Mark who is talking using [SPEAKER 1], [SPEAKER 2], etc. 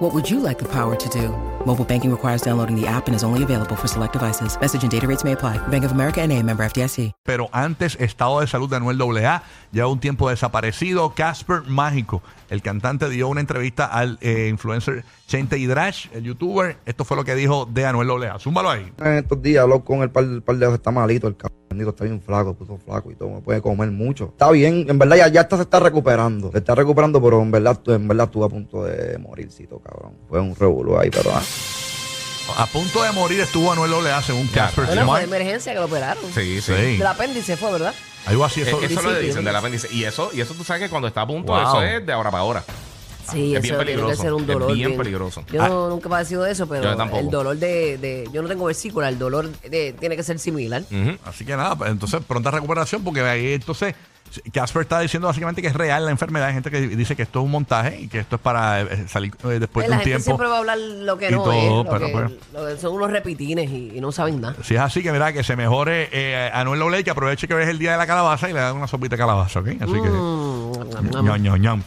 [SPEAKER 1] What would you like the power to do? Mobile banking requires downloading the app and is only available for select devices. Message and data rates may apply. Bank of America and a member FDIC.
[SPEAKER 2] pero antes estado de salud de Anuel AA, ya un tiempo desaparecido, Casper Mágico, el cantante dio una entrevista al eh, influencer Chente Hidrash, el youtuber, esto fue lo que dijo de Anuel AA, zúmbalo ahí.
[SPEAKER 3] en estos días habló con el par, el par de ojos, está malito el cabrón, bendito, está bien flaco, puso flaco y todo, no puede comer mucho. Está bien, en verdad ya, ya está, se está recuperando, se está recuperando, pero en verdad, tú- en verdad estuvo a punto de morircito, cabrón. Fue un revolú ahí, pero ah.
[SPEAKER 2] A punto de morir estuvo Anuel AA según Casper
[SPEAKER 4] Bueno, fue de
[SPEAKER 2] Smart.
[SPEAKER 4] emergencia que lo operaron.
[SPEAKER 5] Sí, sí.
[SPEAKER 2] Sí,
[SPEAKER 4] Del apéndice fue, ¿verdad?
[SPEAKER 2] algo así,
[SPEAKER 5] Eh,
[SPEAKER 2] eso,
[SPEAKER 5] Eso, es lo que
[SPEAKER 4] principio.
[SPEAKER 5] dicen del apéndice. Y eso, y eso tú sabes que cuando está a punto,
[SPEAKER 2] Wow.
[SPEAKER 5] eso es de ahora para ahora.
[SPEAKER 4] Sí,
[SPEAKER 5] Es bien
[SPEAKER 4] eso tiene que
[SPEAKER 5] peligroso,
[SPEAKER 4] ser un
[SPEAKER 5] es
[SPEAKER 4] dolor.
[SPEAKER 5] bien peligroso.
[SPEAKER 4] Yo
[SPEAKER 2] Ah.
[SPEAKER 4] no- nunca he padecido de eso,
[SPEAKER 5] Yo
[SPEAKER 4] pero
[SPEAKER 5] tampoco.
[SPEAKER 4] el dolor de, de- Yo no tengo vesícula, el dolor de- tiene que ser similar.
[SPEAKER 5] Ujú.
[SPEAKER 2] así que nada, pues, entonces pronta recuperación porque ahí entonces Casper está diciendo básicamente que es real la enfermedad, hay gente que dice que esto es un montaje y que esto es para eh, salir eh,
[SPEAKER 5] pues
[SPEAKER 2] después de
[SPEAKER 4] la
[SPEAKER 2] un
[SPEAKER 4] gente
[SPEAKER 2] tiempo.
[SPEAKER 4] siempre va a hablar lo que
[SPEAKER 2] y
[SPEAKER 4] no
[SPEAKER 2] todo,
[SPEAKER 4] es. Lo
[SPEAKER 2] pero-
[SPEAKER 4] que,
[SPEAKER 2] pero-
[SPEAKER 4] lo que son unos repitines y, y no saben nada.
[SPEAKER 2] Si es así, que mira, que se mejore eh, Anuel Oley, que aproveche que hoy es el día de la calabaza y le dan una sopita de calabaza, ¿ok? Así que.
[SPEAKER 4] Mm,
[SPEAKER 2] ñam, ñam, ñam.